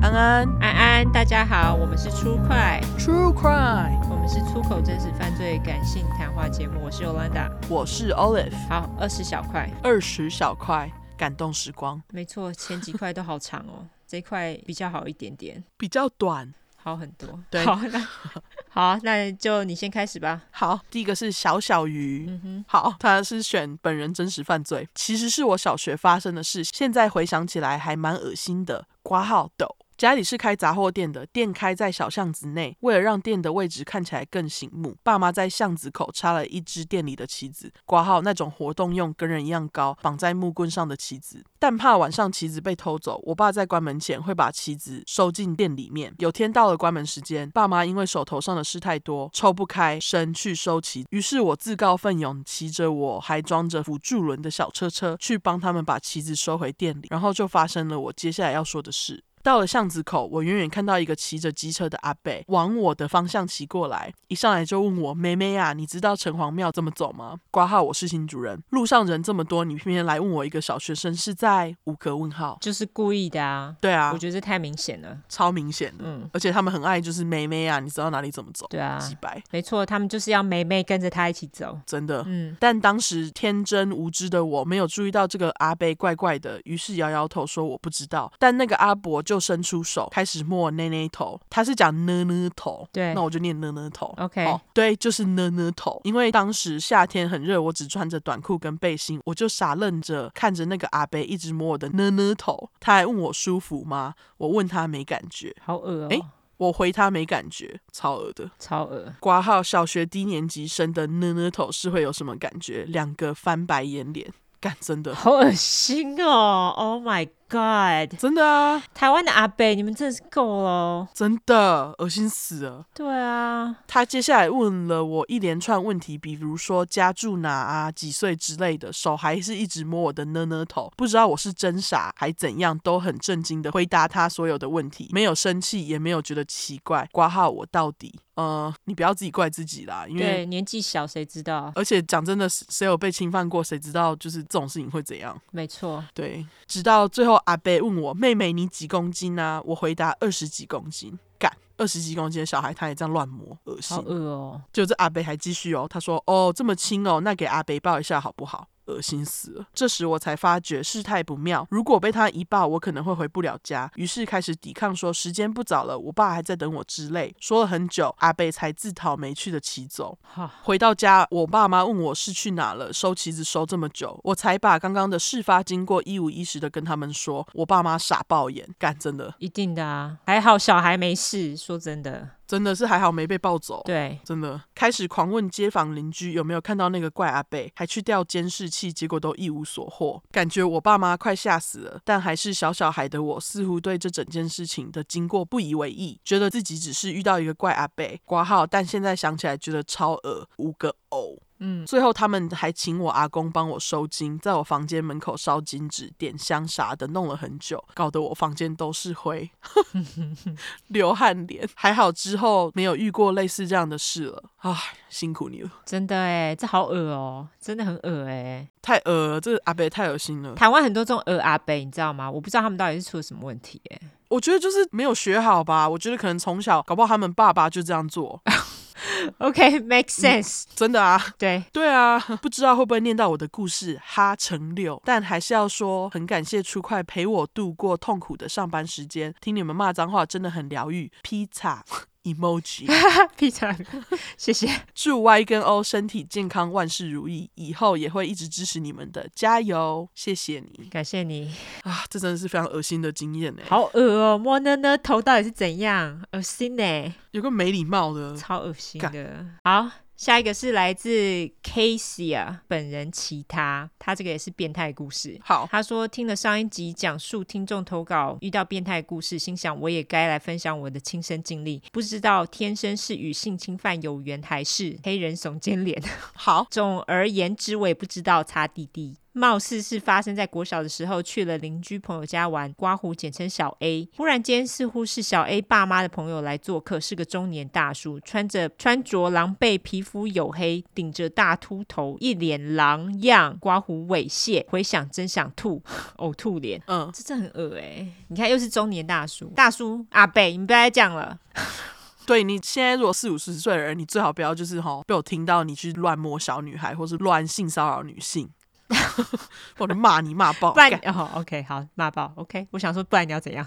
安安安安，大家好，我们是出快， ，True Crime，我们是出口真实犯罪感性谈话节目，我是 Yolanda。我是 Olive，好，二十小块，二十小块感动时光，没错，前几块都好长哦，这一块比较好一点点，比较短。好很多。对好，那好，那就你先开始吧。好，第一个是小小鱼。嗯哼，好，他是选本人真实犯罪，其实是我小学发生的事，现在回想起来还蛮恶心的。挂号抖。家里是开杂货店的，店开在小巷子内，为了让店的位置看起来更醒目，爸妈在巷子口插了一只店里的旗子，挂号那种活动用跟人一样高，绑在木棍上的旗子。但怕晚上旗子被偷走，我爸在关门前会把旗子收进店里面。有天到了关门时间，爸妈因为手头上的事太多，抽不开身去收旗，于是我自告奋勇，骑着我还装着辅助轮的小车车去帮他们把旗子收回店里，然后就发生了我接下来要说的事。到了巷子口，我远远看到一个骑着机车的阿伯往我的方向骑过来，一上来就问我：“妹妹啊，你知道城隍庙怎么走吗？”挂号，我是新主人，路上人这么多，你偏偏来问我一个小学生，是在五个问号？就是故意的啊，对啊我，觉得这太明显了。超明显的，嗯，而且他们很爱就是妹妹啊，你知道哪里怎么走？对啊，几百，没错，他们就是要梅梅跟着他一起走。真的。嗯，但当时天真无知的我没有注意到这个阿贝怪怪的，于是摇摇头说我不知道。但那个阿伯就伸出手开始摸我捏捏头，他是讲呢呢头，对那我就念呢呢头。 ，OK，、哦，对，就是呢呢头，因为当时夏天很热，我只穿着短裤跟背心，我就傻愣着看着那个阿伯一直摸我的呢呢头，他还问我舒服吗？我问他没感觉，好恶哦、诶我回他没感觉，超恶的。超恶，挂号小学低年级生的呢呢头是会有什么感觉？两个翻白眼脸，干真的，好恶心哦！Oh my god，真的啊，台湾的阿贝，你们真的是够了哦。真的，恶心死了。对啊，他接下来问了我一连串问题，比如说家住哪啊、几岁之类的，手还是一直摸我的呢呢头，不知道我是真傻还怎样，都很震惊的回答他所有的问题，没有生气，也没有觉得奇怪。挂号我到底，呃，你不要自己怪自己啦，因为对，年纪小谁知道？而且讲真的，谁谁有被侵犯过，谁知道就是这种事情会怎样？没错，对，直到最后阿贝问我妹妹你几公斤啊？我回答二十几公斤。干，二十几公斤的小孩他也这样乱摸，恶心好。恶哦、就这阿贝还继续哦，他说哦这么轻哦，那给阿贝抱一下好不好？恶心死了！这时我才发觉事态不妙，如果被他一抱，我可能会回不了家。于是开始抵抗说时间不早了，我爸还在等我之类。说了很久，阿贝才自讨没趣的骑走。哈，回到家，我爸妈问我是去哪了，收旗子收这么久，我才把刚刚的事发经过一五一十的跟他们说。我爸妈傻爆眼，干真的，一定的啊，还好小孩没事。说真的，真的是还好没被抱走。对，真的开始狂问街坊邻居有没有看到那个怪阿贝，还去调监视器，结果都一无所获。感觉我爸妈快吓死了，但还是小小孩的我，似乎对这整件事情的经过不以为意，觉得自己只是遇到一个怪阿贝挂号，但现在想起来觉得超恶，五个呕。嗯，最后他们还请我阿公帮我收金，在我房间门口烧金纸、点香啥的，弄了很久，搞得我房间都是灰，流汗脸。还好之后没有遇过类似这样的事了，唉，辛苦你了，真的哎，这好恶哦、真的很恶哎。太恶了，这个阿伯太恶心了。台湾很多这种恶阿贝，你知道吗？我不知道他们到底是出了什么问题 哎。我觉得就是没有学好吧，我觉得可能从小搞不好他们爸爸就这样做， OK，make、sense、真的啊。对， 对啊， 不知道会不会念到我的故事哈乘六，但还是要说，很感谢初快陪我度过痛苦的上班时间，听你们骂脏话真的很疗愈。披萨 emoji， 闭嘴，谢谢。祝 Y 跟 O 身体健康，万事如意，以后也会一直支持你们的，加油！谢谢你感谢你，啊，这真的是非常恶心的经验哎，好恶哦、摸呢呢头到底是怎样？恶心欸呢、有个没礼貌 的，超恶心的。好，下一个是来自 Casey 啊，本人其他，他这个也是变态故事。好他说听了上一集讲述听众投稿遇到变态故事，心想我也该来分享我的亲身经历。不知道天生是与性侵犯有缘，还是黑人耸肩脸。好总而言之，我也不知道擦弟弟。貌似是发生在国小的时候，去了邻居朋友家玩，刮胡简称小 A。忽然间，似乎是小 A 爸妈的朋友来做客，是个中年大叔，穿着穿着狼狈，皮肤黝黑，顶着大秃头，一脸狼样，刮胡猥亵。回想真想吐， 呕吐脸，嗯，这真的很恶哎、你看，又是中年大叔，大叔阿贝，你不要再讲了。对你现在如果四五十岁的人，你最好不要就是吼被我听到你去乱摸小女孩，或是乱性骚扰女 性，我就骂你骂爆，不然干哦，OK，好，骂爆，OK。我想说，不然你要怎样？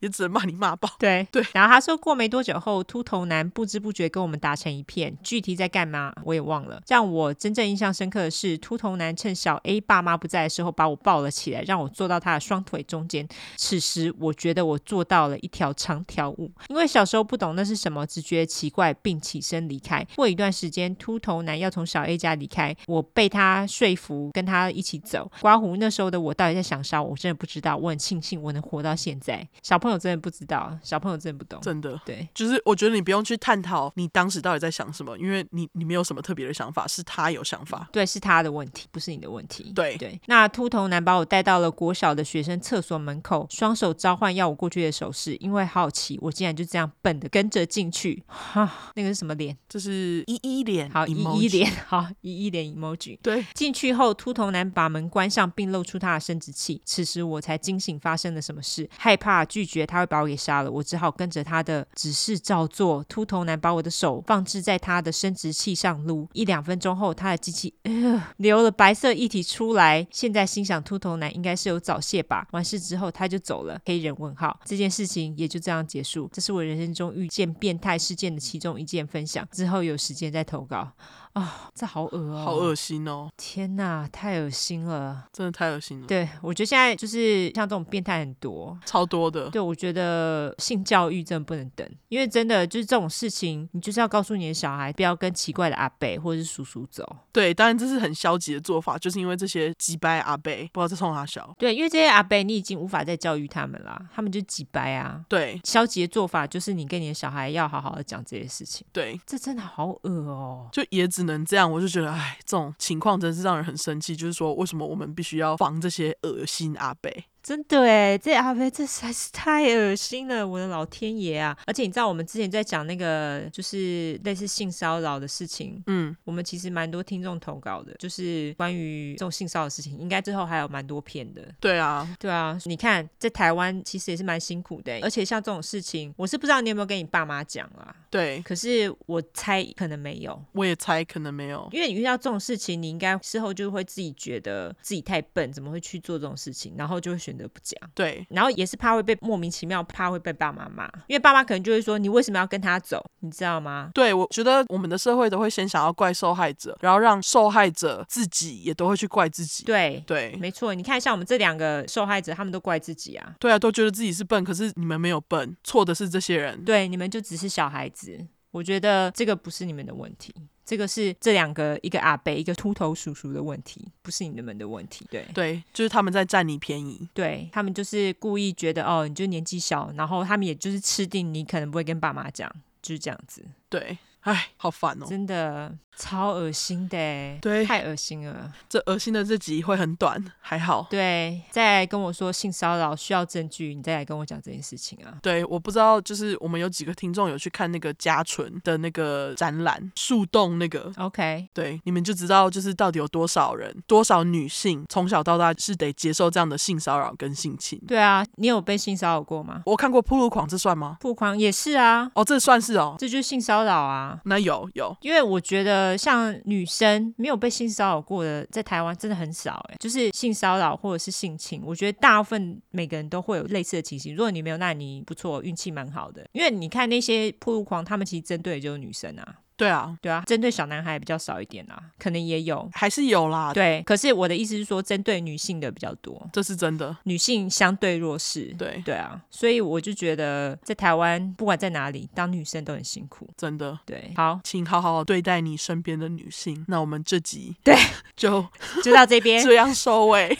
也只能骂你骂爆。对对。然后他说过没多久后，秃头男不知不觉跟我们打成一片，具体在干嘛我也忘了。让我真正印象深刻的是，秃头男趁小 A 爸妈不在的时候把我抱了起来，让我坐到他的双腿中间。此时我觉得我做到了一条长条舞，因为小时候不懂那是什么，只觉得奇怪，并起身离开。过一段时间，秃头男要从小 A 家离开，我被他说服，跟他一起走。刮胡那时候的我到底在想啥，我真的不知道。我很庆幸我能活到现在，小朋友真的不知道，小朋友真的不懂。真的，对就是我觉得你不用去探讨你当时到底在想什么，因为你你没有什么特别的想法，是他有想法。对，是他的问题，不是你的问题。对对，那秃头男把我带到了国小的学生厕所门口，双手召唤要我过去的手势，因为好奇，我竟然就这样笨的跟着进去。哈，那个是什么脸？这是一一脸，好，一 emoji 一，脸，好，一一脸 emoji。对，进去后，秃头男把门关上，并露出他的生殖器。此时我才惊醒发生了什么事，害怕拒绝他会把我给杀了，我只好跟着他的指示照做。秃头男把我的手放置在他的生殖器上撸，一两分钟后，他的机器、呃、流了白色液体出来。现在心想，秃头男应该是有早泄吧？完事之后他就走了。黑人问号，这件事情也就这样结束。这是我人生中遇见变态事件的其中一件分享，之后有时间再投稿。啊、这好恶哦，好恶心哦，天呐，太恶心了！真的太恶心了，对我觉得现在就是像这种变态很多。超多的。对，我觉得性教育真的不能等，因为真的就是这种事情，你就是要告诉你的小孩，不要跟奇怪的阿伯或者是叔叔走。对，当然这是很消极的做法，就是因为这些击败阿贝，不知道在冲他笑。对，因为这些阿伯你已经无法再教育他们啦，他们就几掰啊。对消极的做法就是你跟你的小孩要好好的讲这些事情，对，这真的好恶哦。就也只能这样。我就觉得，哎，这种情况真是让人很生气。就是说，为什么我们必须要防这些恶心阿贝？真的哎，这阿飞这实在是太恶心了，我的老天爷啊！而且你知道我们之前在讲那个就是类似性骚扰的事情，嗯，我们其实蛮多听众投稿的，就是关于这种性骚扰的事情，应该之后还有蛮多篇的。对啊，对啊，你看在台湾其实也是蛮辛苦的，欸而且像这种事情，我是不知道你有没有跟你爸妈讲啊啦，对，可是我猜可能没有。我也猜可能没有。因为你遇到这种事情，你应该事后就会自己觉得自己太笨，怎么会去做这种事情，然后就会选择不讲。对然后也是怕会被莫名其妙，怕会被爸妈骂，因为爸妈可能就会说你为什么要跟他走，你知道吗？对，我觉得我们的社会都会先想要怪受害者，然后让受害者自己也都会去怪自己。对，对没错，你看像我们这两个受害者，他们都怪自己啊，对啊，都觉得自己是笨，可是你们没有笨，错的是这些人。对，你们就只是小孩子，我觉得这个不是你们的问题。这个是这两个，一个阿伯，一个秃头叔叔的问题，不是你们的问题。对对，就是他们在占你便宜。对，他们就是故意觉得哦，你就年纪小，然后他们也就是吃定你，可能不会跟爸妈讲，就是这样子，对，哎，好烦哦。真的超恶心的欸，对太恶心了。这恶心的这集会很短，还好。对，再来跟我说性骚扰需要证据，你再来跟我讲这件事情啊。对，我不知道，就是我们有几个听众有去看那个嘉纯的那个展览，树洞那个。 OK，对，你们就知道，就是到底有多少人，多少女性从小到大是得接受这样的性骚扰跟性侵。对啊，你有被性骚扰过吗？我看过《铺路狂》，这算吗？不狂也是啊，哦，这算是哦。这就是性骚扰啊。那有有，因为我觉得像女生没有被性骚扰过的，在台湾真的很少哎、就是性骚扰或者是性侵，我觉得大部分每个人都会有类似的情形。如果你没有，那你不错，运气蛮好的。因为你看那些破路狂，他们其实针对的就是女生啊，对啊，对啊，针对小男孩比较少一点啊，可能也有。还是有啦，对，可是我的意思是说，针对女性的比较多，这是真的。女性相对弱势。对，对啊，所以我就觉得在台湾，不管在哪里，当女生都很辛苦。真的，对，好，请好好对待你身边的女性。那我们这集对 就就到这边。这样收尾。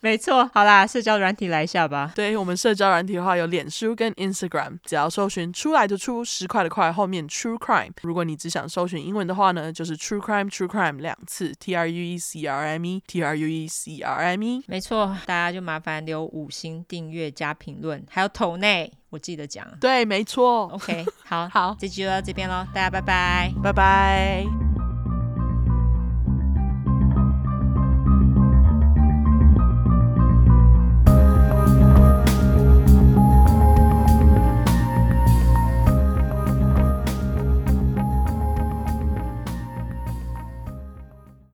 没错，好啦，社交软体来一下吧。对我们社交软体的话，有脸书跟 Instagram，只要搜寻“出来的出”十块的块后面 True Crime。如果你只想搜寻英文的话呢，就是 True Crime True Crime 两次，T R U E C R M E T R U E C R M E。没错，大家就麻烦留五星订阅加评论，还有投内，我记得讲。对，没错。 OK，好，好这集就到这边喽，大家拜拜。拜拜。